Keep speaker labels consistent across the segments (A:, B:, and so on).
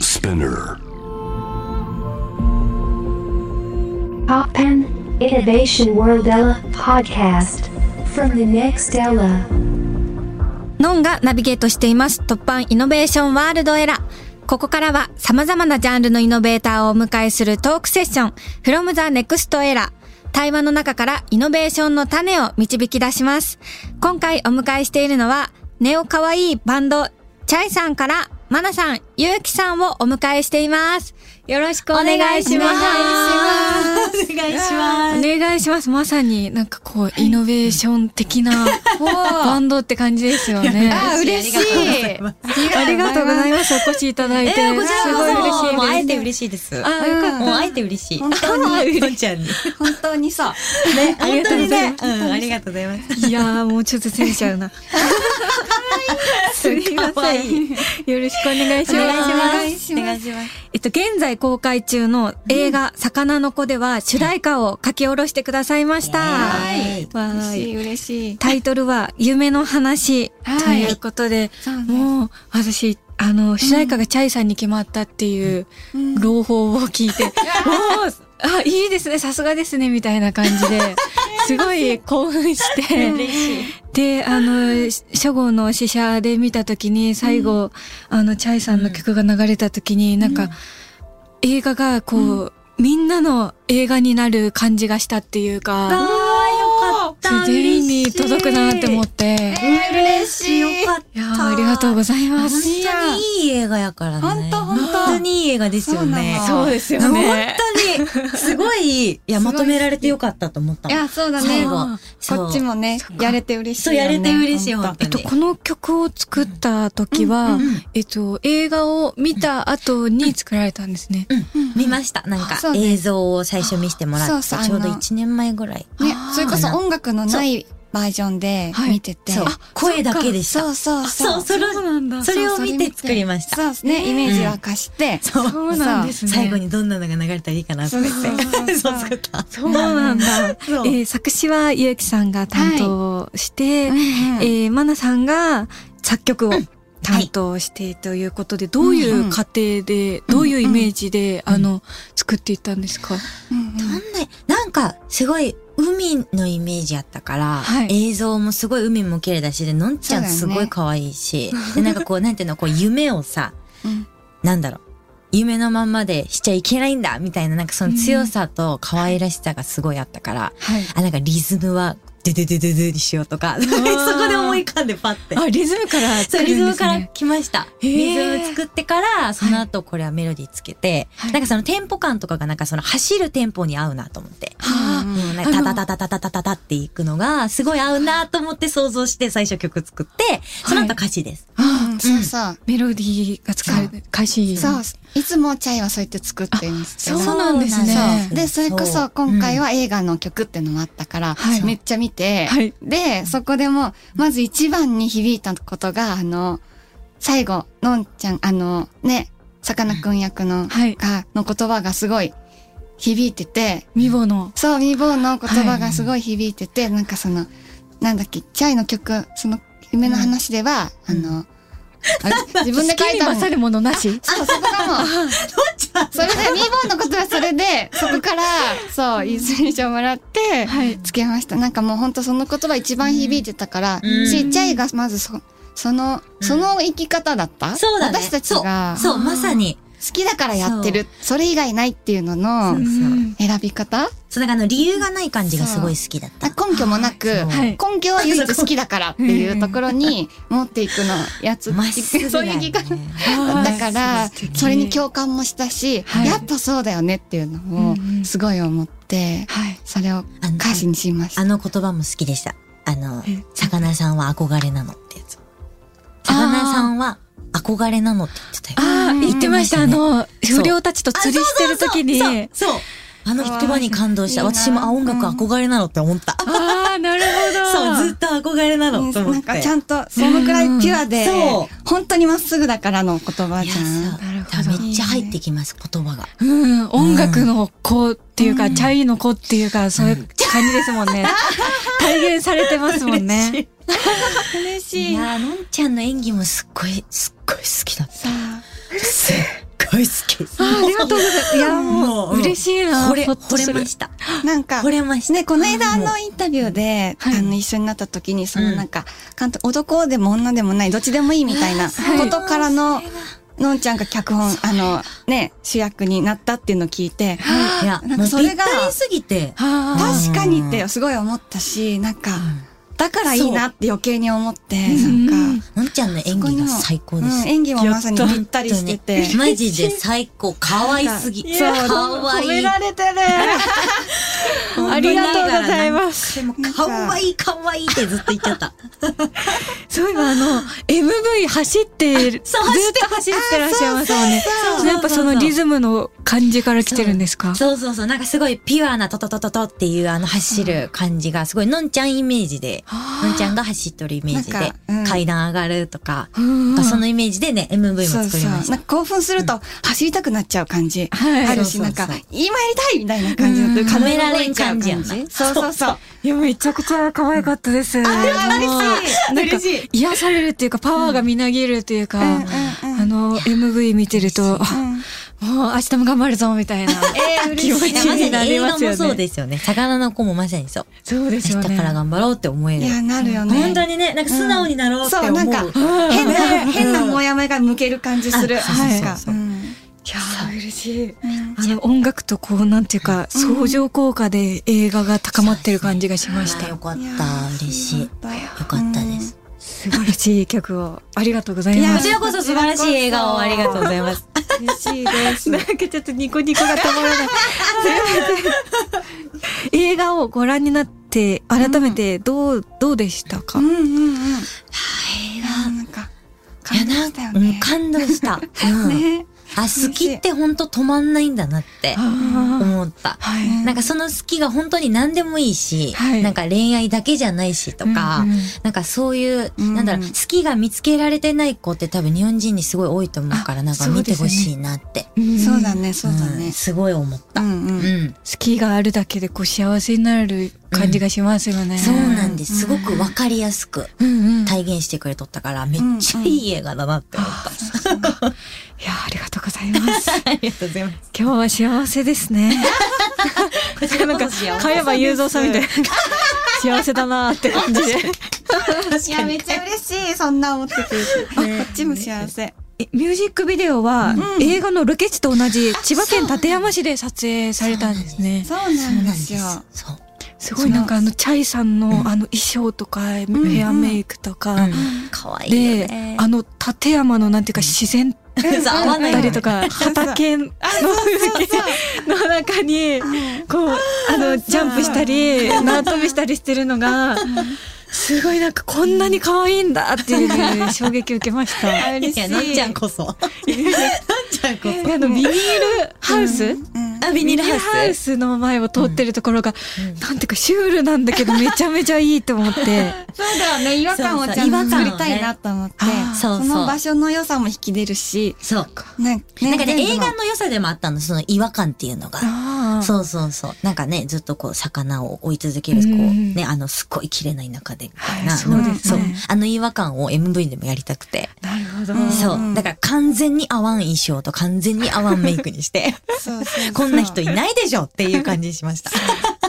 A: Spinner.
B: Poppen Innovation World Ella podcast from the next Ella.
C: ノンがナビゲートしています。突版イノベーションワールドエラ。ここからは様々なジャンルのイノベーターをお迎えするトークセッション from the next era。対話の中からイノベーションの種を導き出します。今回お迎えしているのは、ネオかわいいバンド、チャイさんから、マナさん、ゆうきさんをお迎えしています。よろしくお願いします。
D: お願いしま
C: お願いします。まさになんかこう、イノベーション的なバンドって感じですよね。
D: す。嬉しい。
C: ありがとうございます。お越しいただいて。
D: えー、こちらこそ
C: すごい
D: もう会
C: 嬉しいで
D: えて
C: す。
D: 嬉しいです。
C: あー、よか
D: もう
C: っ
D: 会えて嬉しい。
E: 本当に
D: のんちゃんに。
E: 本当にさ、
C: た。ありがとうございま
D: うん、ありがとうございます。
C: す。いやー、もうちょっとせんちゃうな。すみま
D: 可
C: せ
D: 愛
C: ん。よろしくお願いします。
E: す。お願いします。
C: えっと、現在公開中の映画、魚の子では主題歌を書き下ろしてくださいました。
D: はい。
C: わ
E: 嬉
C: ー
E: し
C: い。
E: い、嬉しい。
C: タイトルは、夢の話と
E: はい
C: いうことで、
E: そうね
C: もう、私、あの、主題歌がチャイさんに決まったっていう、朗報を聞いて、おーあ、いいですね、さすがですね、みたいな感じで、すごい興奮して、
D: しい。
C: で、あの、し初号の試写で見たときに、最後、あの、チャイさんの曲が流れたときに、なんか、映画がこう、みんなの映画になる感じがしたっていうか、
D: あ
C: それ全員に届くなって思って、
E: 嬉しい。よかっ
C: いやーありがとうございます。
D: 本当にいい映画やからね。
E: 本当本当
D: にいい映画ですよね。
E: そうなのそう。
D: です
C: です
D: 本。当に、すごい、いや、まとめられてよかったと思ったた
E: い
D: の。
E: や、そうだ
D: 最
E: ね。
D: 後
E: こ。
D: そう
E: っち。もね、やれて嬉しい。
D: そう、やれて嬉しい、本
C: えっと、
D: 当に。
C: この曲を作った時は、えっと、映画を見た後に作られたんですね。
D: 見ました。なん
E: そ
D: か
E: う、ね
D: 映像を最初見せてもら
E: そ
D: っ
E: うそう
D: て、
E: あの
D: ちょうど1年前ぐらい。
E: ね、それこそ音楽のないバージョンで
C: はい
E: 見てて。
D: そう。声だけでした。
E: そうそうそ
D: そうう、。それ
C: そうなんだ
D: それを見て作りました。
E: そうですね、イメージは貸して。
D: そう
C: そうなんですね。
D: 最後にどんなのが流れたらいいかなとか言って。そ
E: そ
D: う
E: そうそう
D: う作った。
C: そうなんだ。え
D: そう
C: ー作詞はゆうきさんが担当して、
E: うんうん
C: えーまなさんが作曲を担当してということで、どういう過程で、どういうイメージで、あの、作っていったんですか、
E: うんうん
D: なんか、すごい、海のイメージやったから、
C: はい
D: 映像もすごい海も綺麗だし、で、のんちゃんすごい可愛いし、で、なんかこう、なんていうの、こう、夢をさ、
E: うん
D: なんだろう、夢のまんまでしちゃいけないんだみたいな、なんかその強さと可愛らしさがすごいあったから、
E: はい。
D: あ、なんかリズムは、ドゥドゥドゥドゥドゥにしようとか、そ こで思い浮かんでパッて。
C: あ、リズムから
D: そう、
C: 作るんで
D: リ
C: す
D: ズ
C: ね。
D: ムから来ました。
C: へー
D: リズム作ってから、その後これはメロディーつけて、
C: はい
D: なんかそのテンポ感とかがなんかその走るテンポに合うなと思って。
C: はあ
D: うん、なん
C: あ
D: か
C: の
D: タタタタタタタタっていくのが、すごい合うなと思って想像して最初曲作って、その後歌詞です。
E: うんそうそう。
C: メロディーが使える、開始。
E: そう。いつもチャイはそうやって作ってるんですけど。
C: あそうなんですね
E: そうで、それこそ今回、は映画の曲ってのもあったから、
C: はい
E: めっちゃ見て、
C: はい
E: で、そこでも、まず一番に響いたことが、あの、最後、のんちゃん、あの、ね、さかなクン役の、
C: はい
E: が、の言葉がすごい響いてて、
C: ミボの。
E: そう、未亡の言葉がすごい響いてて、なんかその、なんだっけ、チャイの曲、その、夢の話では、
D: うん
E: あの、あれ自分で書い
C: 好
E: た
C: きに
E: の。
C: 勝るものなし。
E: そう、そこがもう。それで、ミーボーのことはそれで、そこから、そう、イースリー賞もらって、つけました。なんかもう本当その言葉一番響いてたから、
D: うん
E: し、チャイがまずそ、その、その生き方だった
D: そうだね。
E: 私たちが、
D: そう、
E: 好
D: そうまさに。
E: きだからやってる。それ以外ないっていうの
D: そう
E: の、
C: ん
E: 選び方
D: そう、なんかあの理由がない感じがすごい好きだった。
E: あ根拠もなく、
D: そう
C: はい
E: 根拠は唯一好きだからっていうところに持っていくの、やつ、
D: まっすぐ
E: そう
D: だ
E: いう
D: よ
E: 生き
D: ね
E: 方。だから、それに共感もしたし、
C: はい
E: やっぱそうだよねっていう
C: う
E: の
C: んうん
E: を、すごい思って、
C: はい。
E: それを歌詞にしました。
D: あの言葉も好きでした。あの
C: え、
D: 魚さんは憧れなのってやつ。魚さんは憧れなのって言ってたよ。
C: ああ、言ってました。あの、
D: そう
C: 不良たちと釣りしてる時に。
D: そうそうそう。あの言葉に感動した。
E: あーいいな
D: 私もあ音楽憧れなのって思った。
C: ああ、なるほど。
D: そう、ずっと憧れなのと
E: な
D: 思
E: ん
D: って。
E: かちゃんと、そのくらいピュアで
D: うんそ、
E: 本当にまっすぐだからの言葉
D: い
E: じ
D: や
E: ゃ
D: そ
E: ん。
D: う
C: なるほど
D: だからめっちゃ入ってきます、言葉が。
C: うん、音楽の子っていうか、チャイの子っていうか、そういう感じですもんね。体現されてますもんね。
E: 嬉
D: いやー、のんちゃんの演技もすっごい、すっごい好きだった。すっごごい好き。
C: あありがとうございます。いや、も
D: も
C: う、
D: う
C: 嬉しいな。
D: 惚れ、
C: ほっとす
D: 惚
C: る
D: れました。
E: なんか
D: 惚、れました。
E: ね、この間
D: も
E: のインタビューで、
C: はい
E: あの、一緒になった時に、そうの
D: ん
E: なんか、監督、男でも女でもない、どっちでもいいみたいなことからの、のんちゃんが脚本、あの、ね、主役になったっていうのを聞いて、
D: ういや、
E: なん
D: も
E: か
D: う
E: そ
D: ぴ
E: れ
D: っ
E: が
D: たりすぎて。
C: ああ
E: 確かにってすごい思ったし、なんか、だからいいなって余計に思って、
C: ん
E: なんか、
D: のんちゃんの演技が最高で
E: う
D: す
E: ん。演技もまさにぴったりしてて。
D: 本当にマジで最高。可愛すぎ。
E: そう、
D: 可愛
E: 褒め
D: い。。
E: られてる。
C: ありがとうございます
D: でも、可愛い可愛いってずっと言っちゃった。
C: そういえばあの、MV 走ってる、ずっ
D: そう走って
C: と走ってらっしゃいますもんね
D: そうそう。そう
C: やっぱそのリズムの感じから来てるんですか
D: そうそうそう。なんかすごいピュアなトトトトトっていうあの走る感じが、すごいのんちゃんイメージで、のんちゃんが走ってるイメージ
E: なん
D: で
E: かうん、
D: 階段上がるとか、
C: うんうん
D: そのイメージでね、MV も
E: そう
D: 作
E: そう。
D: り
E: な
D: ま
E: ん
D: した。
E: か興奮すると走りたくなっちゃう感じ。
C: はい
E: あるし、
D: そう
E: な
D: そ
E: ん
D: うそう
E: か、今やりたいみたいな感じ
C: うん
E: で、
D: 止められん
E: ちゃう
D: 感じや
E: 感
D: な
E: じ。そうそうそう。
C: いや、めちゃくちゃ可愛かったです。あ、なんか
E: 嬉しい、
C: 癒されるっていうか、パワーがみなぎるっていうか、
E: うんうんうん
C: あの、MV 見てると、あもう明日も頑張るぞ、み たいな。
E: えー、
C: 気持
E: 嬉しい。
D: い
C: ち
D: や、まさに
C: になり
D: 映
C: ま
D: 画
C: すよ
D: も
C: ね。
D: そうですよね。魚の子もまさにそう。
C: そうですよ
D: 明
C: ね。
D: 日から頑張ろうって思え
E: いや、
D: る。
E: なるよね。
D: 本当にね、なんか素直になろうって
E: そ
D: 思
E: う、
D: う。
E: なんか、変な、変なモヤモヤが向ける感じする。
D: あそうそうそう
E: なんかうん
C: いやー嬉しい。
E: うん
C: あの音楽とこう、なんていうか、相乗効果で映画が高まってる感じがしまし
D: あ
C: た。
D: よ
C: よ
D: かっ
E: いや
D: た。嬉しい。よ
E: だよ
D: かったです。
C: 素晴らしい曲を。ありがとうござい
E: いや
C: ま
D: こ
C: す。
D: ちらこそ素晴らしい映画をありがとうございます。
E: 嬉しいです。
C: なんかちょっとニコニコが止まらない。すいません。映画をご覧になって、改めてどう、どうでしたか、
E: うんうんうん。
D: 映
E: なんか、
D: いや、
E: 感動
D: な
E: したよ
D: んか、うん感動
E: ね。
D: した。うん
E: ね。
D: あ、好きってほんと止まんないんだなって
C: あ
D: 思った。
C: あ、はい。
D: なんかその好きが本当に何でもいいし、
C: はい
D: なんか恋愛だけじゃないしとか、
C: うんうん
D: なんかそういう、
E: うん
D: なんだろう、好きが見つけられてない子って多分日本人にすごい多いと思うから、
C: あ
D: なんか見てほしいなって。
E: そうだ
C: ね。
E: ね、そうだ
D: ん
E: ね。
D: すごい思った。
E: う
D: うん。
E: んうん。
C: 好きがあるだけでこう幸せになる感じがしますよね。
D: そうなんです。すごくわかりやすく
C: うんうん。い
D: 体現してくれとったから、めっちゃいい映画だなって思った。
C: や、ありがとうござい ます。
D: ありがとうございます。
C: 今日は幸せですね。
D: こちら
C: なんか
D: こそ幸せ
C: 加山雄三さ んみたいな。幸せだなーって感じで。
E: いや、めっちゃ嬉しい。そんな思ってくれて。こ っちも幸せ。
C: えミュージックビデオは、映画のロケ地と同じ千葉県館山市で撮影されたんですね。
E: そうなんですよ。
D: そう。
C: すごいなんかあの、チャイさんのあの衣装とか、ヘアメイクとか、
D: うんかわいい
C: で
D: よね。、
C: あの、館山のなんていうか自 然だ
D: そう合わな
C: った
D: いよ
C: り
D: ね
C: とか、畑の風景の中に、こう、あの、ジャンプしたり、縄跳びしたりしてるのが、すごいなんかこんなに可愛いんだっていう衝撃を受けました。
E: 嬉
D: い
E: し
D: や、
E: い。
D: のんちゃんこそ。のんちゃんこ
C: あの、ビニールハウス、
E: うん
D: そ。あ、ビ
C: ビニールハウスの前を通ってるところが、なんていうかシュールなんだけどめちゃめちゃいいと思って。
E: そうだよね。違和感をちゃ
D: そうそうん違和感
E: と
D: を
E: 作
D: ね
E: りたいなと思って。
C: あ
D: そうそう
E: その場所の良さも引き出るし。
D: そう。
E: なんか
D: なんかね、映画
E: の。
D: の良さでもあったの、その違和感っていうのが。
C: あ
D: そうそうそう。なんかね、ずっとこう、魚を追い続ける、
C: う
D: こ
C: ん
D: う、
C: うん
D: ね、あの、すっごい切れない中で、みたいな。
C: はいそうですね
D: うんそうあの違和感を MV でもやりたくて。
C: なるほど。
E: ん
D: そうう。
E: ん
D: だから完全に合わん衣装と完全に合わんメイクにして、
E: そうそうそう。
D: こんな人いないでしょっていう感じにしました。
C: な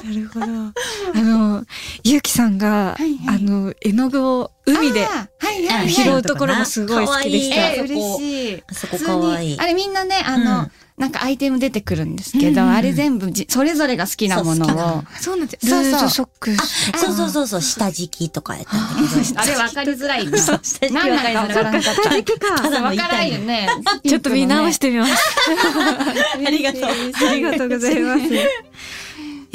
C: るほど。あの、ゆうきさんが、
E: はいはい
C: あの、絵の具を海で、
E: あーはいはいはい。
C: 拾うところもすごい好きでした
D: 可愛
E: えー
D: い
E: 嬉しい。
D: あそこかわいい
E: あ。れみんなね、あの、
D: うん
E: なんかアイテム出てくるんですけど、あれ全部じそれぞれが好きなもの
D: そう好き
E: を。
C: そうなんです
E: よ
C: ルー
E: そうそう
C: ズソックスとか。
D: そうそうそうそう、下敷きとかやったんだけど。
E: あれ分かりづらいな。
D: 下敷き
E: 何
D: わか
E: な
D: り
E: ん
D: づ
E: か
D: い
E: ら分からんかった。分
D: ただの板
E: からん よね。。
C: ちょっと見直しててみます。
D: ありがとう。
C: ありがとうございます。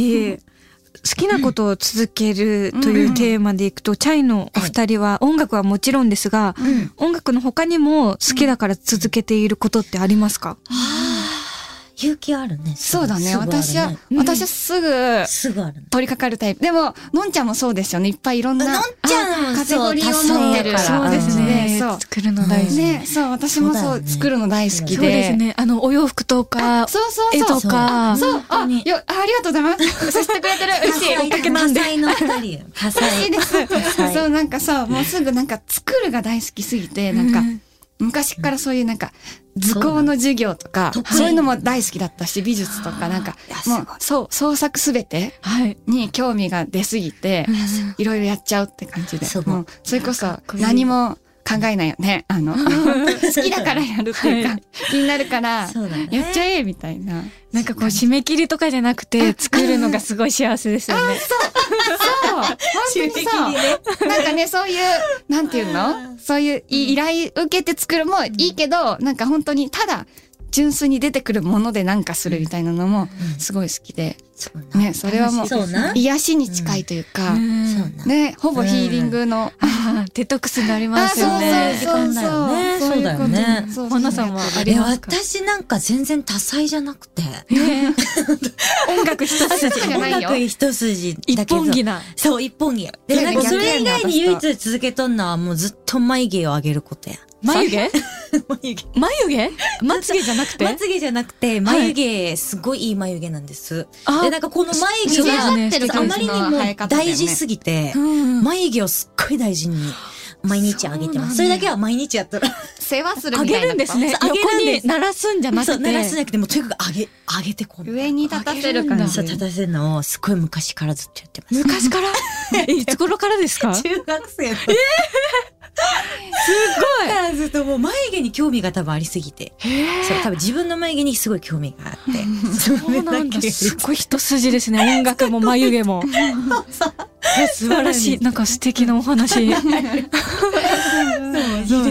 C: いえ、好きなことを続けるというテーマでいくと、チャイのお二人は音楽はもちろんですが、音楽の他にも好きだから続けていることってありますか、
D: 勇気あるね。す
E: そ
D: ぐ
E: うだね。私は、、私はすぐ
D: すぐあるね。
E: 取り掛かるタイプ。でも、のんちゃんもそうですよね。いっぱいいろんな。
D: のんちゃん
E: カテゴリーを持ってる。
D: そう多彩だから
E: そう。
C: 作るの大事。
E: ね、そう、私
D: そ
E: も
D: う
E: そ
D: だよ
E: う、
D: ね
E: 作るの大好きで。
C: そうですね。あの、お洋服とか、
E: そうそう
C: 絵
E: そう。
C: とか、
E: そう、あ、よ、あありがとうございます。させてくれてる。嬉しい。
D: 多彩多彩の二人よ。多
E: 嬉
D: 彩
E: しいで。す。
D: 彩
E: そう、なんかそう、もうすぐなんか作るが大好きすぎて、なんか、昔からそういうなんか、図工の授業とか、
D: そうなんだ
E: そういうのも大好きだったし、美術とかなんか
D: いや、すごい
E: もう、そう、創作すべ て
C: はい。
E: に興味が出すぎて、いろいろやっちゃうって感じで。
D: すごい
E: もう、それこそ
D: こいい
E: 何も考えないよね。あの、好きだからやるっていう
C: は
E: か、気になるから、
D: そうだね
E: やっちゃえみたいな。
C: なんかこう締め切りとかじゃなくて作るのがすごい幸せですよね。
E: そう本当にそう。なんかね、そういう、なんていうのそういうい依頼受けて作るもいいけど、なんか本当にただ純粋に出てくるものでなんかするみたいなのもすごい好きで、
D: そうなん
E: ね、それはもう
D: そうな
E: 癒しに近いというか、
D: そう
C: ね
D: なん
E: ね、ほぼヒーリングの。
C: あーデトックスになり
E: あ
C: ますよね。
D: そうそうそうね
E: そう
D: そ
E: いうこと
D: うだよね
E: そうそう
C: ほのさんもあり
D: え、
C: ますか
D: 私なんか全然多彩じゃなくて。
C: ね音楽一
E: あそう
C: 筋
E: じ。ゃ
D: 音
E: ないよ
D: 楽一筋だ
C: 一
D: けど。
C: 本気な。
D: そう、一本木。で、
E: ね
D: なんかそ
E: 逆
D: れ
E: や
D: 以
E: んな
D: 外に唯一続けとんのはもうずっと眉毛を上げることや。
C: 眉毛
D: 眉毛
C: 眉毛まつげじゃなくて
D: まつげじゃなくて、眉毛、すごいいい眉毛なんです。
C: あ
D: で、なんかこの眉
C: そ
D: 毛
C: うだ
D: が、
C: ね
D: ちょっとあまりにも大事すぎて、
C: うん
D: 眉毛をすっごい大事に、毎日上げてます。それだけは毎日やったら。
E: 世話する
C: 上
E: みた
C: げ
E: い
C: る
E: なこ
C: ん
E: と
C: ですね。
D: そう上げ
C: 横
D: るんで
C: に
D: す
C: 鳴らすんじゃな
D: そう、
C: く
D: 鳴らすん
C: て。
D: だけでも、とにかく上げ、上げてこう。
E: 上に立たせる感じ
D: そう、立たせるのを、すごい昔からずっとやって ます。
C: 昔から いつ頃からですかす
D: 中学生の
C: ごい
D: からずっともう眉毛に興味が多分ありすぎて。そう、多分自分の眉毛にすごい興味があって。そ
C: そう
D: れ
C: な
D: だ
C: んだ。
D: け
C: すごい一筋ですね。音楽 も眉毛も。え素晴らしい。なんか素敵なお 話。いいで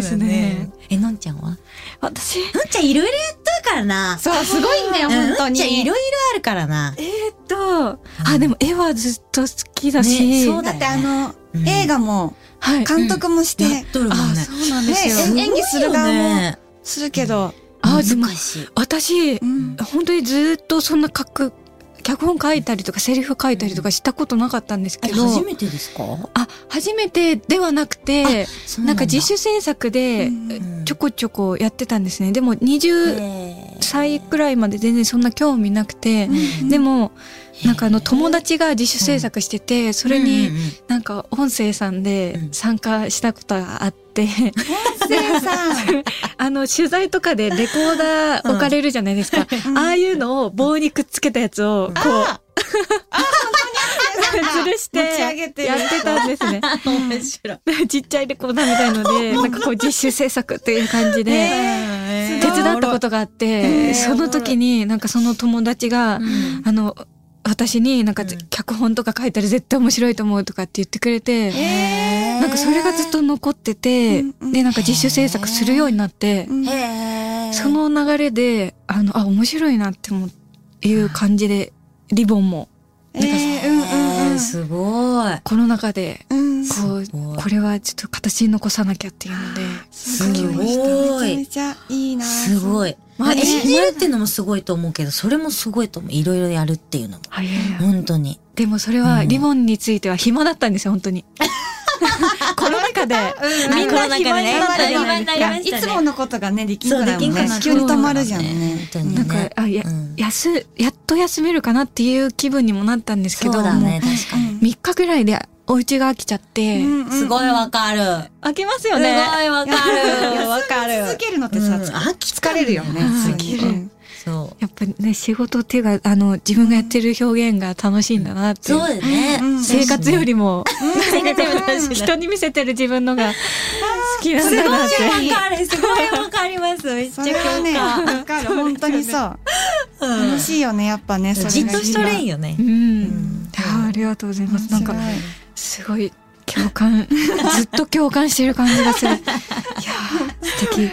C: すね。
D: え、のんちゃんはのん
C: 私、
D: ちゃんいろいろやったからな。
E: そう、すごいんだよ、
D: うん
E: 本当
D: のんちゃんい
E: に。
D: ろいろあるからな。
C: えーっと、あ、でも絵はずっと好きだ
D: ね
C: し。
D: そう
E: だってあの、
D: うん
E: 映画も、
C: はい。
E: 監督もして、
D: やっとるもん
C: あ、
D: ね。
C: そうなんですよ。
E: ね演技する側も
D: ね
E: するけど、
C: あ、でも
D: 難、しい。
C: 私、
E: うん
C: 本当にずっとそんな書く、脚本書いたりとか、セリフ書いたりとかしたことなかったんですけど、
D: めてですか
C: あ、初めてではなくて、なんか自主制作で
D: ん
C: ちょこちょこやってたんですね。でも20歳くらいまで全然そんな興味なくて、でも、なんかあの友達が自主制作してて、そ
D: そ
C: れになんか音声さんで参加したことがあって、
E: せいさん、
C: あの取材とかでレコーダー置かれるじゃないですか。ああいうのを棒にくっつけたやつをこう、吊るして
E: 持ち上げてる
C: やってたんですね。
D: 面白い。
C: ちっちゃいレコーダーみたいので、なんかこう実習制作っていう感じで手
D: 手
C: 伝ったことがあって、その時になんかその友達が、あの、私になんか
D: うん
C: 脚本とか書いたら絶対面白いと思うとかって言ってくれて、なんかそれがずっと残ってて、
E: うんうん
C: でなんか自主制作するようになって、その流れで、あの、あ、面白いなって思う、いう感じで、リボンも、
E: えー、うんうんうん。
D: すごい。
C: この中で、
E: うん
C: こう、
D: ごい
C: これはちょっと形に残さなきゃっていうので、
E: すごい。めちゃめちゃいいな。
D: すごい。
C: まあね
D: 演じるっていうのもすごいと思うけど、それもすごいと思う。いろいろやるっていうのも。
C: いやいや
D: 本当に。
C: でもそれは、リボンについては暇だったんですよ、本当に。コロナ禍で、みんな暇になったじゃないですか。
E: いつものことがね、できんくなるもんね。急に
D: 止
E: 止まるじゃんね。。
C: なんか、あ、や、
D: うん
C: 休、やっと休めるかなっていう気分にもなったんですけ
D: そ
C: ど、
D: うだね、
C: も
D: 確かに。
C: う3日ぐらいでお家が飽きちゃって、
D: すごいわかる。
C: 飽きますよ
D: すごいわかる。わかる。
E: 続けるのって
D: うん
E: さ、
D: 飽き
E: 疲れるよね。
C: うん
D: そう。
C: やっぱりね、仕事っていうか、あの、自分がやってる表現が楽しいんだなってい。
D: そううだね
E: う。ん
C: 生活よりも、
D: 生活より大事だ
C: 人に見せてる自分のが好きなんだなって。
D: わかる。すごいわかります。めっち
E: そ
D: ゃ
E: れはね、わかる。本当にそう。楽しいよね、やっぱね。
D: じっとしとれんよね
C: う。
D: ん
C: ん。あーありがとうございます。なんか、すごい共 感、ずっと共感してる感じがする。いやー素敵。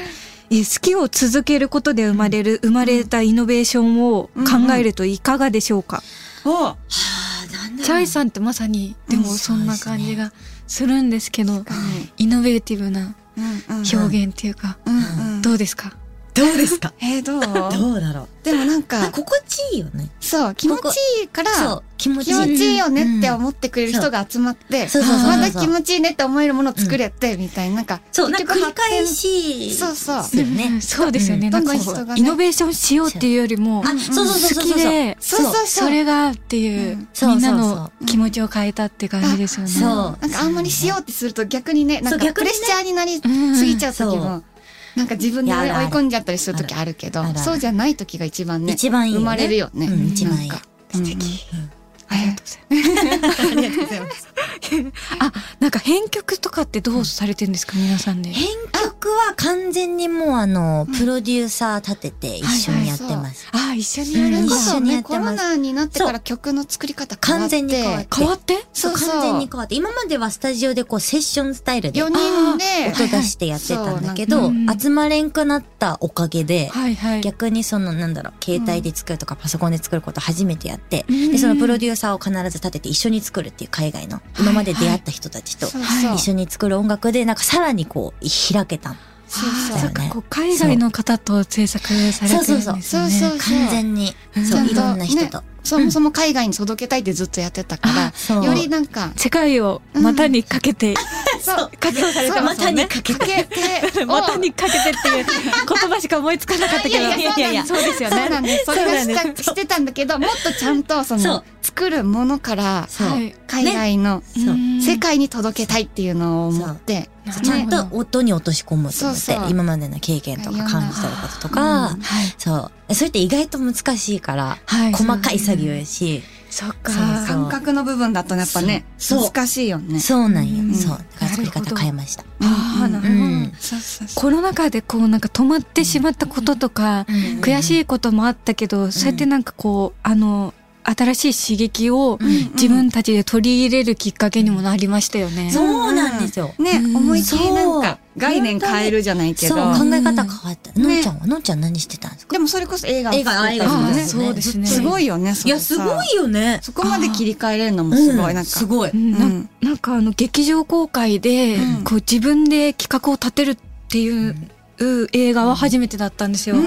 C: え好きを続けることで生まれる、生まれたイノベーションを考えるといかがでしょうか、
E: お
C: チャイさんってまさに、でもそんな感じがするんですけど、イノベーティブな表現っていうか、どうですか
D: どうですか
E: え、どう
D: どうだろう。
E: でもなん
D: あ
E: か、
D: 心地いいよね。
E: そう、気持ちいいから、
D: そう。気持ちい
E: 気
D: い。
E: 持ちいいよねって
D: うん
E: 思ってくれる人が集まって、
D: そうそうそうそう
E: まだ気持ちいいねって思えるものを作れて、みたいな、なんか、
D: そう、なんか繰り返
E: 結
D: し。
E: そうそ
D: で
E: う
D: すよね。
C: そうですよね。
D: うん
C: なんか
E: どんどん人がね
C: イノベーションしようっていうよりも、
D: あ、そうそうそうそう。
C: 好きで、
E: そうそうそう
C: それがっていう、
E: うん
D: そう
C: み
D: そうんそう
C: なの気持ちを変えたって感じですよね。
D: そう
E: なんかあんまりしようってすると逆にね、なん
D: そう
E: か
D: 逆
E: プ
D: に
E: レ
D: ね
E: ッシャーになりすぎちゃう時
D: うん
E: も、なんか自分でね
D: いやあ
E: 追
D: る
E: い込んじゃったりする時あるけど
D: あるある
E: そうじゃない時が一番ね
D: 一番いいよ
E: 生
D: ね
E: まれるよね、
D: うん一番いい
E: なんか
C: 素敵。
E: うんうんえ
D: ありがとうござい ます。
C: あ、なんか編曲とかってどうされてるんですか、皆さんで。
D: 編曲は完全にもうあの、プロデューサー立てて一緒にやってます。
C: あ、一緒に
E: そ
C: やる
E: れ
C: ん
E: こ
C: だ。
D: うん
E: そ
D: 一緒にや
E: ね
D: って
E: コロ
D: ます
E: ナになってから曲の作り方変わって
D: 完全に変わって。
C: 変わって
E: そうそう
D: 完全に変わって。今まではスタジオでこうセッションスタイルで
E: 4
D: 音
E: 人で
D: 出してやってたんだけ
C: そ
D: ど
C: うなんかう、ん
D: 集まれんくなったおかげで、
C: はいはい。
D: 逆にそのなんだろう携帯で作るとかパソコンで作ること初めてやって、
C: うん
D: でそのプロデューサーを必ず立てて一緒に作るっていう海外の今まで出会った人たちと
E: そう
D: 一
E: そう
D: 緒に作る音楽でなんかさらにこう開けた
E: そう
C: あ
E: そう
C: ーそっか、こう海外の方と制作されてるんですね。
D: そう
E: そうそうそう
D: 完全に
C: うん
D: そうい
E: ちゃ
D: ろ
E: んと
D: んな
E: ね
D: 人と、
E: そもそも海外に届けたいってずっとやってたか
D: そう
E: らよりなんか
C: 世界を股にかけて、
E: そう
C: 活動されてます
D: 股
C: もん
D: に
C: ね。
D: かけ
E: か
D: て
E: け て
C: 股にかけてっていう言葉しか思いつかなかったけど。
E: いやいやいやいや
C: そうですよね。
E: そうなんです。それがしたしてたんだけど、もっとちゃんとそ
D: そ
E: の
D: う
E: 作るものから
D: そう、
C: はい
E: 海外の
D: そう
C: うん
E: 世界に届けたいっていうのを思って、
C: そう
D: ちゃん
E: ね
D: と音に落とし込むと思って
E: そうそう
D: 今までの経験とか感じたこととか、
E: うん
C: はい。
D: そうそれって意外と難しいから、
C: はい
D: 細かい作業やし、
C: そっか。
D: そうそう
E: 感覚の部分だとやっぱね
D: そう
E: 難しいよね。
D: そうなんよ、
E: うん
D: そうだから作り
C: なるほ
D: 方
C: ど
D: 変えました
C: あーなる
D: う
C: ほど
D: ん
E: そうそうそう
C: コロナ禍でこうなんか止まってしまったこととか、悔しいこともあったけど、そうやってなんかこう、あの、新しい刺激を
D: うん
C: 自分たちで取り入れるきっかけにもなりましたよね。
D: そうなんですよ。
E: ね
C: うん
E: 思いっきりなんか
D: そう
E: 概念変えるじゃないけ
D: そう、
E: ど、
D: 考え方変わった。のん
E: ね
D: ちゃんは、のんちゃん何してたんですか
E: でもそれこそ映画を
D: 映画あ映画
E: 作ったり
C: あそうですね
E: すごいよね。それさ
D: いよね。
E: そこまで切り替えれるのもすごいなんか。
D: ごい。
C: うんな
E: うん
C: なんかあの劇場公開で、
D: うん
C: こう自分で企画を立てるっていう、映画は初めてだったんですよ。
E: うん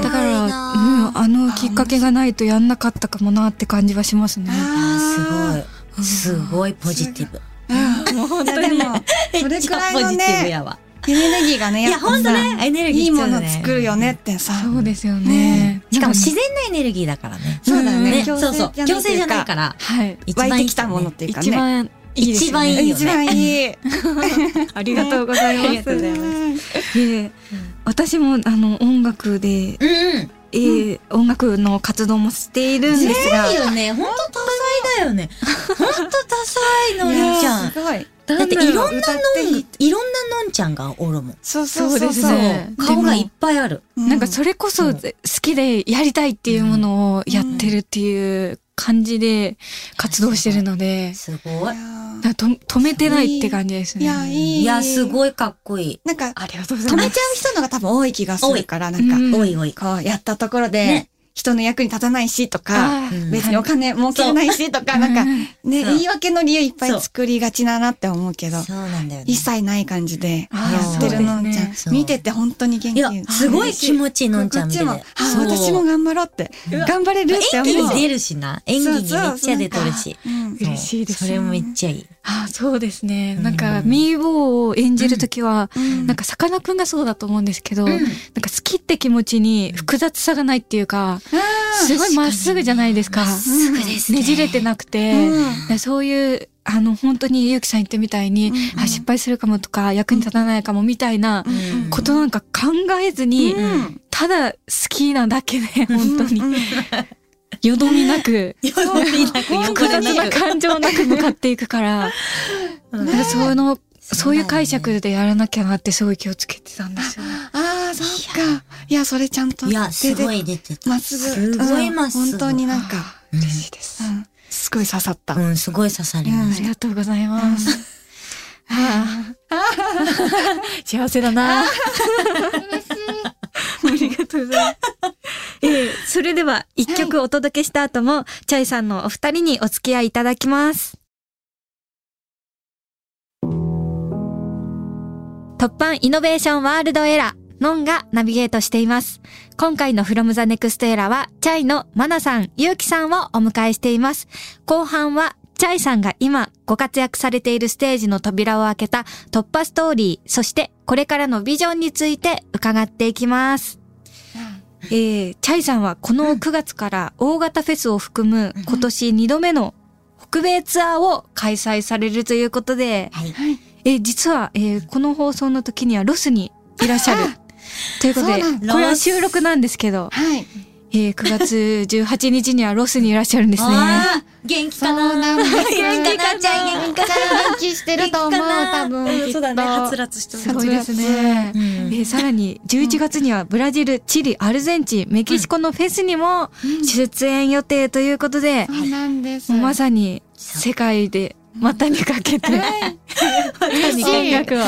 C: だから、
D: う
C: うんん、あのきっかけがないとやんなかったかもなって感じはしますね。
D: あーすごい。すごいポジティブ。
C: もう本当
E: で
C: に。
E: もそれくらい
D: め
E: の
D: っちゃポジティブ
E: ね
D: やわ。
E: エネルギーがね
D: いや、
E: やっぱ
D: 本当
E: さ
D: ね、エネルギー
E: いい
D: 必
E: も
D: 要だ
E: の
D: ね
E: 作るよ。ねってさ
C: そうですよね
E: ね。
C: なん
D: しかも自
C: ね
D: 然なエネルギーだからね。
E: そうだね強制
D: そうそう。
E: じゃないというか
D: 強制じゃないから。
C: はい。
D: 一番いい
E: 湧いてきたものっていうか
C: 一
E: ね
C: 番いいですよね。
D: 一番いいよね
E: 一番いい
C: ありがとうございます。
D: ありがとうございま
C: いえ私もあの音楽で、
D: うんうん。
C: えー音楽の活動もしているんですが、
D: いいよね。本当多彩だよね。本当多彩の
E: い
D: のんち
E: や
D: ゃん
E: す。ごい
D: だっていろんな
E: 歌っ
D: の
E: てい
D: ん
E: い、
D: いろんなのんちゃんがおるもん。
E: そうそ
C: そうう
E: そ
C: で
E: う
C: す
E: そう
C: ね。でも
D: 顔がいっぱいある。
E: う
C: なんかそれこそ
D: うん
C: 好きでやりたいっていうものをやってるっていう感じで活動してるので、
D: すごい。
E: い
C: だからと止めてないって感じですね。
E: やいやいい
D: いや、すごいかっこいい。
E: なんか
C: ありがとうござい
E: 止
C: ま
E: め
C: す。
E: ちゃう人のが多分多い気がするからな
C: うん
E: んか
D: おいおい。
E: こうやったところで
D: ね
E: 人の役に立たないしとか
C: あ
D: う
C: ー
D: ん
E: 別にお金儲けれないしとかなんか
C: う
E: ね
C: ん
E: 言い訳の理由いっぱ
D: そう
E: い作りがちだなって思うけど
D: そうなんだよね。
E: 一切ない感じで
C: あ
D: ー
E: やってるのんち
C: そうです
E: ゃん、
C: ね
D: そう
E: 見てて本当に元
D: い
E: 気
D: や、すごい気持ちいいのんちゃん見てて。
E: こっちもあ
D: そう
E: 私も頑張ろうって頑張れるって
D: 演
E: 思う
D: 技に出るしな。演技にめっちゃ出とるし。
E: うん
C: 嬉しいです
D: そうそれもめっちゃいい。
C: あーそうですね。
D: うん
C: なんか、ミーボーを演じるときは、
E: うん
C: なんか、さかなクンがそうだと思うんですけど、
D: うん
C: なんか、好きって気持ちに複雑さがないっていうか、すごいまっすぐじゃないですか。
D: すぐですね。
C: ねじれてなくて、
E: うん
C: だからそういう、あの、本当にゆうきさん言ってみたいに、
E: うん
C: あ失敗するかもとか、役に立たないかもみたいな
D: うん
C: ことなんか考えずに、
E: うん
C: ただ好きなだけで、本当に、
E: うん
C: よどみなく、
D: よどみなく
C: 複雑な感情なく向かっていくから、なんかその、そういう解釈でやらなきゃなってすごい気をつけてたんですよね。
E: ああそっかいやそれちゃんと
D: いや、すご
E: 出て
D: い出てた。
E: まっすぐ
D: すごいまっすぐ。
E: うん本当になんか、
D: うん。
C: いです
E: うんすごい刺さった、
D: うん、すごい刺さりま
C: あ
D: し
C: りがとうございます。 ああ幸せだな。あ りがとうございます。
F: えーそれでは一曲お届けした後も、チャイさんのお二人にお付き合いいただきます。突版イノベーションワールドエラー、ノンがナビゲートしています。今回の From the Next Era は、チャイのマナさん、ユウキさんをお迎えしています。後半は、チャイさんが今ご活躍されているステージの扉を開けた突破ストーリー、そしてこれからのビジョンについて伺っていきます。
C: えー、チャイさんはこの9月から大型フェスを含む今年2度目の北米ツアーを開催されるということで、
D: はい
C: えー実は、えーこの放送の時にはロスにいらっしゃるということ
E: そう
C: で
E: なん
D: だ
C: これは収録なんですけど、
E: はい。
C: えー、9月18日にはロスにいらっしゃるんですね。
D: あー元気
E: そ
D: か
E: う
D: な
E: なんです。めっち
D: 元気かなちゃん元気かな
E: ゃ元気してると思う、多分。
D: そうだね、はつ
E: きっと
D: らつして
C: す
D: る
C: ごいですね。
D: うん
C: えーさらに11月にはブラジル、チリ、アルゼンチン、メキシコのフェスにも出演予定ということで、
E: そうなんです。
C: もうまさに世界で股にかけて、股に音楽を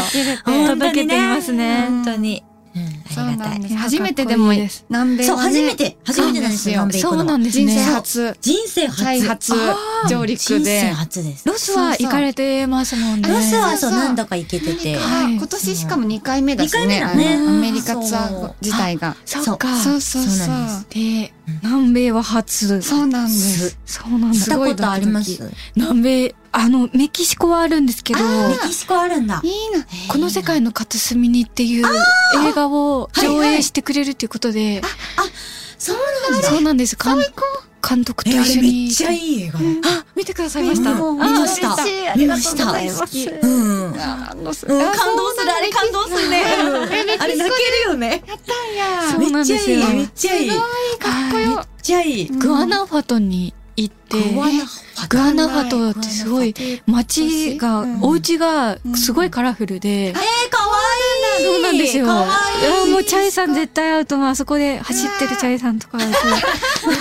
C: 届けていますね。
D: 本当に。うん、
E: そ
D: あ
E: う
D: りが
E: な
D: た
E: ん
D: い
E: です。初めてでも
C: かっこいいです
E: 南米
D: そう、
E: はね
D: 初め。て、初めてなんですよ、南米行
C: そ
D: く
C: う
D: の
C: な
D: は
C: んです
E: 人生
C: ね。
E: 初。
D: 人生
E: タイ
D: 初。
E: 初上陸
D: 人生
E: で。
D: 初です。
C: ロスは行かれてますもんね。
E: そう
D: ロ
E: そう
D: スはそう、
E: そう
D: 何度か行けてて。
E: あ今年しかも2回目だしね。
D: 二回目だね
E: あのアメリカツア
D: そう
E: ー自体が。
C: そっか。
E: そうそうそう。
D: そう
E: そ
D: なん
E: う
C: で、南米は初。
E: なんです。
C: そうなん
D: 行った
C: だ。
D: ことあります。メ
C: 南米、あの、メキシコはあるんですけど、
E: あー
D: キシコあるんだ
E: い。いな。
C: この世界の片隅にっていう映画を上映してくれるということで、
D: そう
C: そうなんです。監監督と
D: え、
C: 一
D: あれ
C: 緒
D: め
C: に
D: っ。ちゃいい映画だ。見
C: あ、見てくださいました。
D: 見ました。見ました。うん。
E: 感動す
D: うん
E: あ
D: 感動する、あれ感動するね。 うんあれ泣けるよね。
E: や
C: そう
D: め
C: な
D: っ
C: んで
D: ちゃ
C: す
D: い
C: よ
D: い、めっちゃいい。めっ
E: かっこよ。
D: ちゃいい。
C: グアナファトに行って、グアナファトってすごい街が、お家がすごいカラフルで、
D: えー、かわいい。
C: そうなんですよ。い
D: か
C: や
D: わいい。
C: もうチャイさん絶対会うと、まああそこで走ってるチャイさんとか会うと、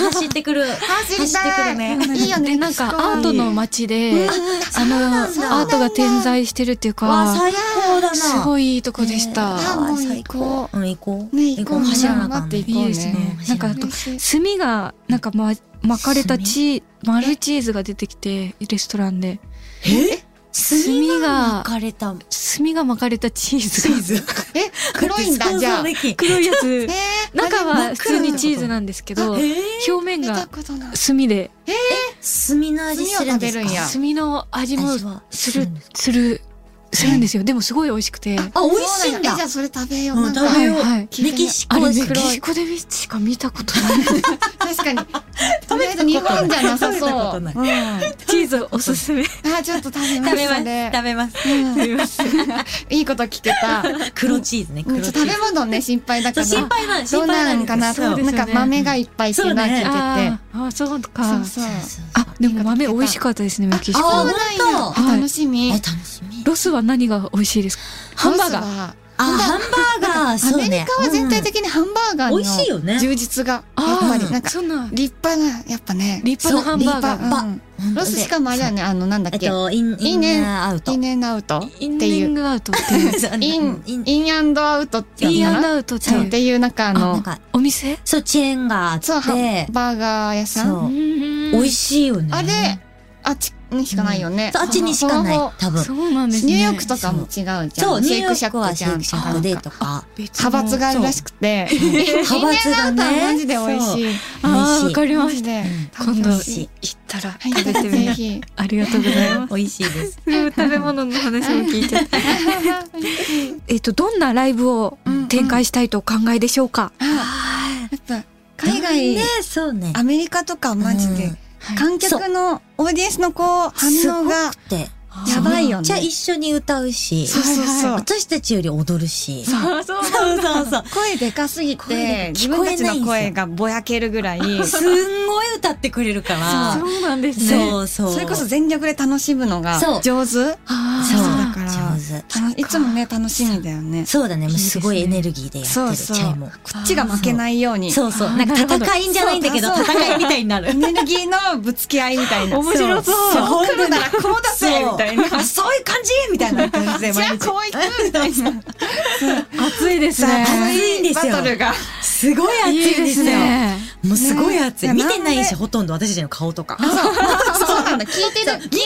D: 走ってくる。
E: 走りたい。
D: 走ってくるね
E: いいよ
C: で
E: ね。
C: なんかアートの街で、あの、アートが点在してるっていう
D: わあ、
C: か、
D: 最高だな。
C: すごいいいとこでした。
E: あもう行こ
D: う。うん、行こう。
E: ね行こう
D: 走らなか
E: 頑張って行こう
C: いいですね。なんかあと、炭が、なんかま、巻かれたチー、丸チーズが出てきて、レストランで。
D: え
C: 炭が、
D: かれた。
C: 炭が巻かれたチーズが。
E: え、黒い んだ、じゃあ。
C: 黒いやつ
E: え。ー
C: 中は普通にチーズなんですけど、
D: えー
C: 表面
E: 見た
C: が
E: ことない。
C: 炭で、
D: 炭の味するんです
E: 炭を食べるん
D: か
E: や
C: 炭の味も
D: 味は
C: する、する、するんですよ。でもすごい美味しくて。
D: あ、美味しいん
E: そうなえ
D: だ
E: じゃ。あそれ食べよう。
D: うん
E: なんか
D: 食べよう
C: はい。
E: 聞いて
D: メ
E: み
D: キシ
C: あ
D: コ
C: れ
D: の
C: メキ
D: 黒
C: シ
D: い。
C: コでしか見たことない。
E: 確かに。とりあえず日本じゃな
D: 食
E: さ
D: べたこ
E: そ
D: と
E: う。
D: ない
C: チーズおすすめ。
E: あ、ちょっと食べます。ね
D: べます。
E: いいこと聞けた。ちょ
D: 黒チーズね。
E: っ
D: 黒
E: と
D: チ
E: 食
D: ーズ
E: べ。物ね、心配だか
D: そう心
E: ら。
D: 配なん、
E: ど
D: 心
E: う
D: 配
E: なん
D: です
E: かなと。
D: そう
C: です
E: な
C: よ
E: ん
C: ね
E: か豆がいっぱいっていうのは聞いてて。
C: あーあ、そう
E: そ
C: か
E: う。そう。
C: あ、でも豆美味しかったですね、メキシコ。
D: あ
E: そうなん
D: 本
C: 当
E: や。楽しみ。
D: え、楽しみ。
C: ロスは何が美味しいですかハンバーガー。
E: ー。
D: あ、ハンバーガー、
E: ア
D: そうね。
E: メリカは全体的にハンバー
D: う
E: ガー
D: ん美味しい
E: の
D: よね。
E: 充実が、や
C: あ
E: っぱり
C: ー
E: なんか、
C: そんな、
E: 立派な、やっぱね。
C: 立派なハンバーガー。
D: 立派
E: うんロスしかもあれだよね、あの、なんだ
D: えっ
E: っけ。
D: と、イン、
E: い
D: イ
E: いね
D: ンアウト。
E: イン エンアウトっ
C: イン
E: て
C: リ
E: い
C: ン
E: う。
C: グアウトっていう。
E: イン、インアウトって
C: イ
E: い
C: ン
E: う
C: アン
E: の
C: アウトって
E: かな
C: いう
E: っていう、なんかあ
D: あなん
E: の、
D: か、
C: お店
D: そう、チェーンがあっ
E: そう、ハ
D: て
E: ン、バーガー屋さん。
D: そう、美
C: 美
D: 味しいよね。
E: あれ、あっちにしかないよね。
D: そうあっちにしかない
E: その、
D: 多分。
C: そうなんですね。
E: ニューヨークとかも違うじゃん。
D: そう、ニューヨ
E: シェイクシャ
D: ー
E: ッ
D: クは
E: クじ
D: シ
E: ゃ
D: ェイ
E: ん。
D: クシャックで
E: なん
D: と
E: か
D: か。
C: 別の
E: 派閥がある らしくて。
D: 派閥が
E: インエンアウトは
D: ね。
E: マジで美味しい。
C: ああ、わかり
E: マ
C: ま
E: ジ
C: した。
E: で。
C: 今度
E: 楽しい
C: 行ったら
E: はい、
C: 食べて
E: ぜ
C: みます。
E: ひ。
C: ありがとうござ います。
D: 美味しいです。
C: 食べ物の話も聞いちゃった。 えっと、どんなライブを展開したいとお考えでしょうか
E: あーやっぱ、海外
D: ね、、そうね。
G: アメリカとかマジで、
D: うん
G: 観客のオーディエンスのこう反応が
D: すごくて。
E: やばい
D: めっ
E: よね。
D: ちゃ一緒に歌うし。
G: そうそうそう
D: 私たちより踊るし。そう
C: あ、そう
D: そうそう。
G: 声でかすぎ
D: 声で
G: て自分たちの声がぼやけるぐらい
D: すんごい歌ってくれるから。
C: そうなんですね。
D: そうそう。
G: それこそ全力で楽しむのが
D: そう
G: 上手
C: あー
D: そう
G: だから
D: 上手。
G: 楽いつもね楽しみだよね
D: そうだね。もうすごい
C: いい
D: エ
C: ですね
D: ネルギーでやって
G: そう
D: る。チ
G: そう
D: ャイも。
G: こっちが負けないように
D: そうそう。
C: あー
D: なんか
C: なるほど
D: 戦いんじゃないんだけど、
G: そうそう
D: 戦いみたいになる
G: エ。ネルギーのぶつけ合いみたいな
C: 面白そう
G: そう来るならこうだぜみたいな
D: あそういう感じみたいな感じで
G: じゃあ
D: 毎日
G: こういくみたいな
C: 暑いですね。
D: 暑いんですよ
G: バトルが
D: すごい暑
C: い
D: い
C: いで
D: ですすよ
C: ね。
D: もうすごい暑い
G: ね
D: 見てない
G: なん
D: し
G: で
D: ほとんど私たちの顔とか
E: そうなんだ。聞いてる。
D: 見て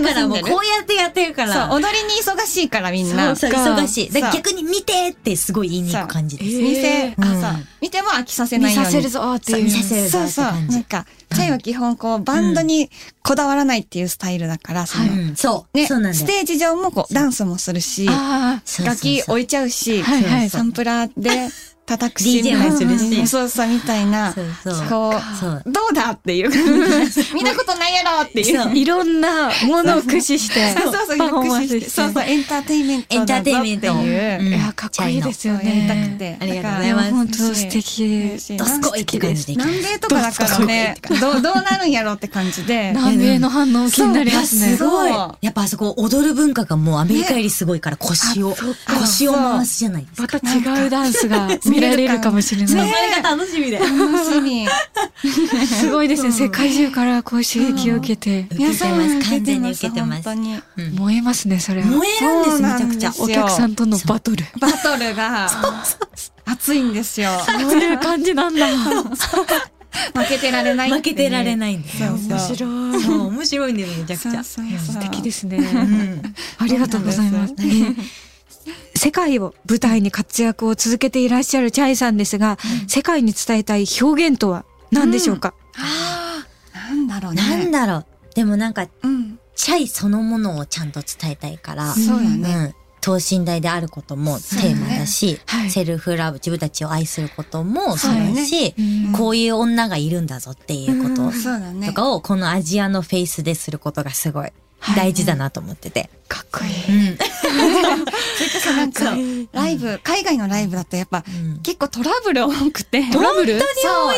D: ないからもうこうやってやってるか
G: そ
D: ら
G: う踊りに忙しいからみんな
D: そ
C: そっ
D: う
C: か
D: 忙しいだから
G: そう
D: 逆に見てってすごい言いに行く感じです
C: そう
D: ね
G: 見せ
C: え
G: あ
D: ー
G: そう
D: うん
G: 見ても飽きさせ
C: 見
G: ないよう
C: さ
G: に
C: せるぞーって
D: そう
C: いう。
D: 見させるぞ
G: そ
D: っ
G: う
D: て
G: そう。な
D: 感
G: ん
D: じ
G: か、チャイは基本こう、バンドにこだわらないっていうスタイルだから、その、
D: うんそう
G: ね、
D: そうなんだ
G: ス
D: よ
G: テージ上もこう、ダンスもするし、
C: あ
D: そうそうそう
G: 楽器置いちゃうし、
C: はいはい
G: サンプラーで
E: 叩くし
D: DJ もするし
E: うんそうそうみたいな
D: そうそう
E: こ
D: そう
E: うどうだっていう感じ見たことないやろっていう
D: そう
C: いろんなものを駆使して
E: そうそうそう
C: パフォーマンスして
E: そうそうエンターテインメント
D: エンターテインメント
E: だぞっていう、
D: うん
C: いやかっこいいですよね
E: やりたくて
D: ありがとうご
C: い
D: ざい
C: や
D: ます
C: 本当素敵
E: 嬉しい
D: どすこいって感じでいきま
E: 南
D: す
E: 米とかだからねどうどうなるんやろうって感じで
C: 南米の反応気になりますね
E: すごい
D: やっぱあそこ踊る文化がもうアメリカよりすごいから腰を、腰を回すじゃないですか。
C: また違うダンス が見られるかもしれない、
E: ね
D: れが楽しみで。
E: 楽しみ
C: すごいですね世界中からこう刺激を受けて、
D: 受けてます。完全に受
E: 受
D: けてます。
E: 本当
D: 燃
E: に
C: 燃えますねそれは
D: えるんです、
E: そう
D: め
E: な
D: ちゃ
E: ん
D: く
E: です
D: ちゃ。
C: お客さんとのバトル
E: バトルが熱いんですよ
C: そういう感じなんだ
E: 負けてられない
D: 負けてられ
E: い
D: ないんですよ。
E: そうそう
C: 白い
D: そう、面白いんです、めちゃくちゃ。
E: そうそうそう
C: 素敵です
D: う
C: ね
D: ん
C: ありがとうございます。世界を舞台に活躍を続けていらっしゃるチャイさんですが、世界に伝えたい表現とは何でしょうか、
E: なんだろうね
D: なんだろう。でもなんか、
E: うん
D: チャイそのものをちゃんと伝えたいから、
E: そうだね
D: うん等身大であることもテーマだし、
C: はい
D: セルフラブ、自分たちを愛することもそうだし、こういう女がいるんだぞっていうことを
E: そうだね
D: とかをこのアジアのフェイスですることがすごい大事だなと思ってて。
C: かっこいい。
D: うん。
E: なんかライブ海外のライブだとやっぱ
D: うん
E: 結構トラブル多くて
C: トラブル
E: そ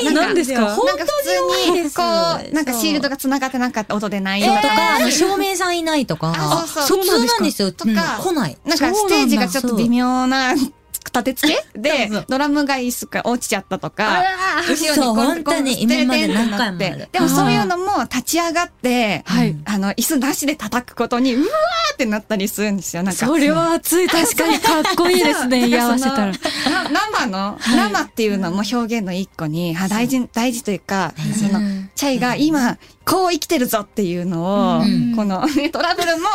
E: うなんか
C: 何ですか
E: なんか普通にこ
D: そう
E: うなんかシールドが繋がってなかった音出ない
D: そ
E: と
D: う
E: か
D: とか、あの、照明さんいないとか、
E: あそう
C: そう
D: 普通なんですよ。
E: とか
D: うん来ない。
E: なんかステージがちょっと微妙な 立て付けでドラムがいすか落ちちゃったとか後ろ
D: そう
E: にゴ
D: 本
E: ンゴン
D: 当
E: 捨
D: に
E: てて
D: 今
E: ん
D: まで何
E: な
D: 回
E: っ
D: もある
E: て。でもそういうのも立ち上がって
C: はい
E: あの椅子なしで叩くことにうわーってなったりするんですよなんか
C: それは熱い。確かにかっこいい です ね。居合わせたら。
E: な生の、生っていうのも表現の一個に、あ大事、大事というか、その、チャイが今、こう生きてるぞっていうのを、
D: うん
E: この、ね、トラブルも、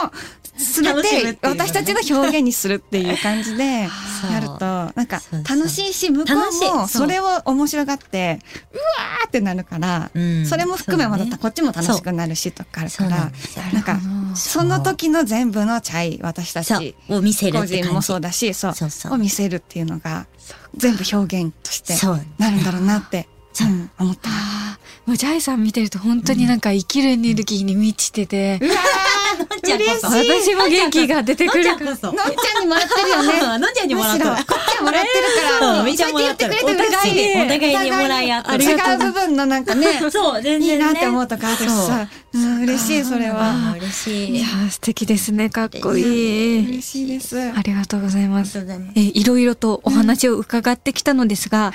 E: すべ
D: 楽しむっていう
E: て
D: ね、
E: 私たちの表現にするっていう感じで、や
D: そう
E: ると、なんか
D: そう、そう
E: 楽しいし、向こ
D: 楽しいうそう
E: も、それを面白がって、うわーってなるから、
D: うん
E: それも含めま
D: そう
E: た
D: ね
E: こっちも楽しくなるしとかある
D: そ
E: か
D: うな
E: ら
D: んですよ、
E: なんか、
D: そう
E: その時の全部のチャイ、私た
D: そ
E: ち
D: う、。を見せる
E: 個
D: って
E: 人
D: 感
E: も
D: じ
E: そ。うだし、そう、
D: そうそう
E: を見せるっていうのが、全部表現として
D: そう
E: なるんだろうなって、
D: そう
E: うん思った。
C: あーもうジャイさん見てると本当になんか生きるエネルギーに満ちてて、
D: のんちゃんこそ。
C: 私も元気が出てく
D: のんち
C: る
D: ゃん
C: から。
D: こそ。
E: のんちゃんにもらってるよね。
D: のんちゃんにもらったわ
E: むしろこっちはもらってるから、
D: めちゃ
E: そう
D: も
E: やっ
D: らってたわ
E: 言ってくれて嬉しい。
D: お互いお互いにもらい合って
E: 違う部分のなん かね、
D: そう、全
E: いい
D: 然ね。
E: なって思うとかあるしさ、うん嬉しい、それ
D: あ
E: は。
D: ー嬉し
C: い
D: い。
C: や
D: あ
C: ー素敵ですね。かっこいい。
E: 嬉しいです。
C: ありがとうございます
D: りがと。うございます
C: えーいろいろとお話を伺ってきたのですが、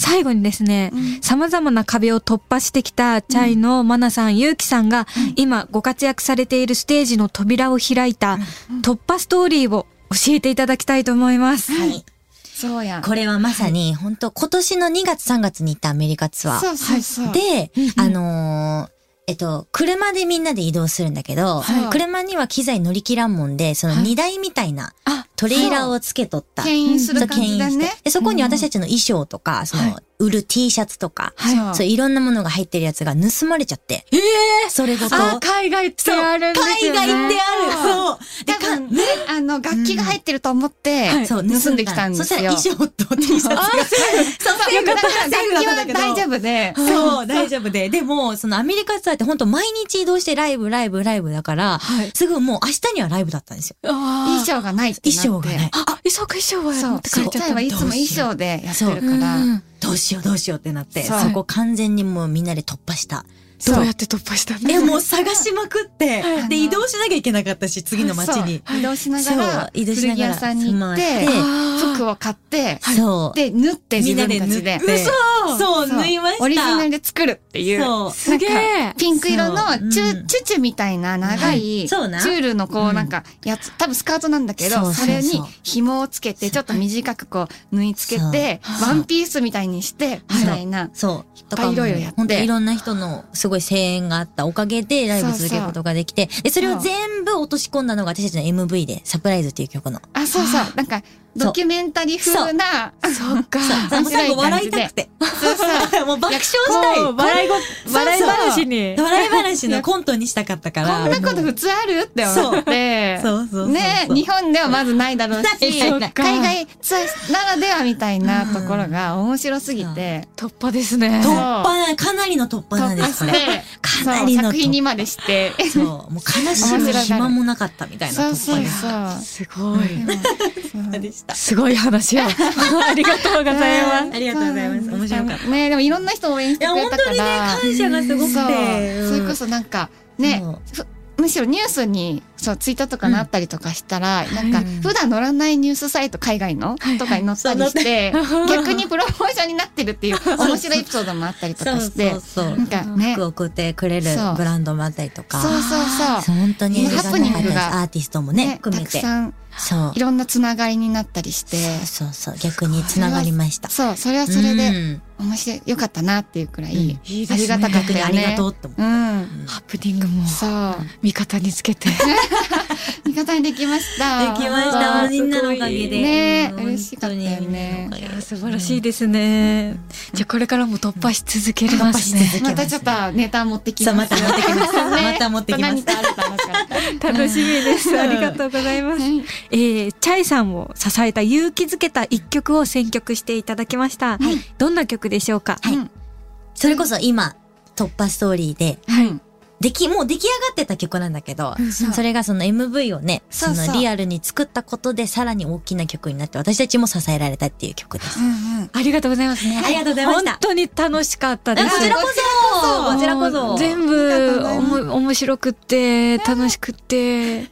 C: 最後にですね、様々な壁を突破してきたチャイのマナさん、ユウキさんが、今ご活躍されているステージの扉を開いた突破ストーリーを教えていただきたいと思います。
D: はい。
E: そうや。
D: これはまさに、本当今年の2月3月に行ったアメリカツアー。
E: そうそうそう。
D: で、あのーえっと、車でみんなで移動するんだけど、
E: はい
D: 車には機材乗り切らんもんで、その荷台みたいなトレーラーをつけとった。
E: 牽引する感じだ
D: そう牽引
E: ね
D: して。でそこに私たちの衣装とか、その、売る T シャツとか、
E: はい
D: そう、いろんなものが入ってるやつが盗まれちゃって。ええそれごと。
C: あ、海外ってあるんです
D: 海
C: よね。
D: 外ってあるそうで
E: 多
D: か
E: 分ね、あの、楽器が入ってると思って、
D: そう、
E: 盗んできたん
D: そ
E: ですよ
D: したら衣装と T シャツが。そう、セーフだから、セーフだったんだけど。
E: 楽器は大丈夫で、
D: そう、大丈夫で。でも、そのアメリカツアーって本当毎日移動してライブ、ライブ、ライブだから、すぐもう明日にはライブだったんですよ。
E: 衣装がないってなって。
D: 衣装がない。
C: あ、磯か衣装は
E: そ
C: 持っ
E: う、
C: てか
E: ち
C: れ
E: っ
C: ちゃ
E: ち
C: っ
E: ゃ
C: た
E: い
C: んだ。
E: はいつも衣装でやってるから、
C: うん
D: どうしようどうしようってなって、
E: そう
D: そこ完全にもうみんなで突破した。
C: どうやって突破したんだ
D: え、もう探しまくって、で、移動しなきゃいけなかったし、次の街に。
E: そう移動しながら、
D: そう移動しながら
E: 古着屋さんに行って
D: 回って、
E: 服を買って、
D: そう。
E: で、縫って
D: み
E: 自
D: んな
E: 分
D: で縫
E: た
D: っ
E: ち
D: て
E: で。。
D: そう、
E: そう
D: 縫いました。
E: オリジナルで作るっていう。
D: そう。
C: すげえ。
E: ピンク色の
D: そう
E: チ
D: う
E: ュ
D: ん
E: チュチュみたいな長
D: はい
E: いチ
D: そう
E: ュ
D: な
E: ールのこうなんかやつ、多分スカートなんだけ
D: そうそ
E: ど、
D: うそう
E: それに紐をつけてちょっと短くこう縫い付けて、ワンピースみたいにして、みたいな。
D: そう。と
E: ぱいいろいろやって
D: 本当にいろんな人のすごい声援があったおかげでライブ続けることができて、で、それを全部落とし込んだのが私たちの MV で、サプライズっていう曲の。
E: あ、そうそう。なんか、ドキュメンタリー風な、
C: そっか。
D: そうもう最後笑いたくて。
E: そうそう。
D: もう爆笑したい。
C: もう笑いご、笑い話に。
D: 笑い話のコントにしたかったか
E: こん
D: ら。
E: なこと普通あるって思って。
D: そうそうそうそう。
E: ね日本ではまずないだろう し、
D: ないない
E: 海
D: ない
E: 外ツアーならではみたいなところが面白すぎて、
C: 突破ですね。
E: そ
D: 突
E: う
D: 破な、かなりの突破なん
E: 突
D: で
E: 破
D: す、
E: し
D: これ。
E: て、
D: かな
E: そう
D: りの
E: 作品に
D: 突
E: までして、
D: 破。そう、もう悲しむ暇もなかったみたいな
E: そう
D: 突
E: そ
D: 破
E: う
D: で
E: そ
D: す。
E: う。
C: すごい。
D: でした。
C: すごい話を。ありがとうございます。
D: ありがとうございます。面白かった。い
E: た。ねでもいろんな人応援して
D: や、
E: くれ
D: 本
E: た
D: 当
E: か
D: にね、
E: ら。
D: 感謝がすごく
E: そう
D: て。
E: それこそなんか、ね、
D: そう
E: むしろニュースにそうツイッターとかなったりとかしたら、なんか普段乗らないニュースサイト海外の、とかに載ったりして 逆にプロモーションになってるっていう面白いエピソードもあったりと
D: そう
E: かして
D: そうそう。
E: なんかね
D: 服を送ってくれる
E: そう
D: ブランドもあったりとか。
E: そうそうそ
D: そう本当に
E: ねハプニングが
D: ありたいアーティストも
E: う、
D: ね、
E: た
D: 含め
E: く
D: て。
E: さん
D: そう
E: い。ろんなつながりになったりして
D: そうそうそう。逆に繋がりました。
E: そうそれはそれ
D: う
E: で
D: ん
E: 面白いよかったなっていうくらい、
D: うん
C: いいですね
E: ありがたかっ
D: 逆
E: た
D: に
E: よ
D: ありが
E: ね
D: とうって思う。
E: うん
C: ハプニングも
E: そう
C: 味方につけて。
E: 味方にできました
D: できました。
E: 本
D: みんなのおかげで。
E: ね
D: うん
E: 嬉しかったよね
D: 本当にみんなのおかげで
C: 素晴らしいですね。じゃあこれからも突破し続けま
D: 突破
C: す
D: し
C: ね。
D: 続け
E: 当またちょっとネタ持ってきます
D: そうまた持ってきます
E: ね
D: また持ってきます
E: 何かあるかなかった
C: 楽しみです。ありがとうございます。えー、チャイさんを支えた勇気づけた一曲を選曲していただきました。どんな曲でしょうか。
D: はい。それこそ今、突破ストーリーで、
E: はい。
D: でき、もう出来上がってた曲なんだけど、それがその MV をね、そ
E: そうそう
D: のリアルに作ったことでさらに大きな曲になって、私たちも支えられたっていう曲です。
C: ありがとうございますね。
D: ありがとうございました
C: 本当に楽しかったで
D: あ
C: す。
D: こちらこそこちらこそ
C: 全部おも面白くって楽しくって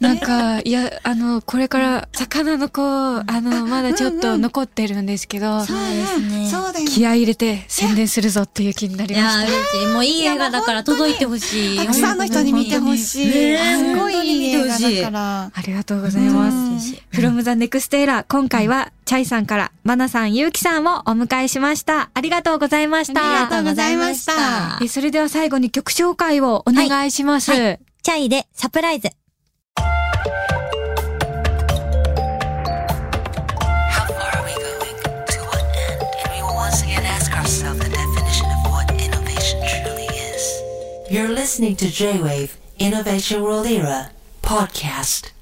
C: なんかいやあのこれから魚の子あのまだちょっと残ってるんですけど
D: そうですね。
G: そうだよね
C: 気合い入れて宣伝するぞっていう気になり
D: い
C: ま
D: や
C: した。
D: ー、嬉しい。もういい映画だから届いてほしい。
G: たくさんの人に見てほしい。
D: ねえ
G: すごいいい映画
D: 本当に
G: だ
D: 見てほしい
G: から。
C: ありがとうございます。
D: 嬉しい。
C: from the next era 今回はチャイさんからマナさんゆうきさんをお迎えしましたありがとうございました
D: ありがとうございました
C: え。それでは最後に曲紹介をお願いします、
D: はいチャイでサプライズ。
H: How far are we going? To what end? And we will once again ask ourselves the definition of what innovation truly is. You're listening to J Wave Innovation World Era Podcast.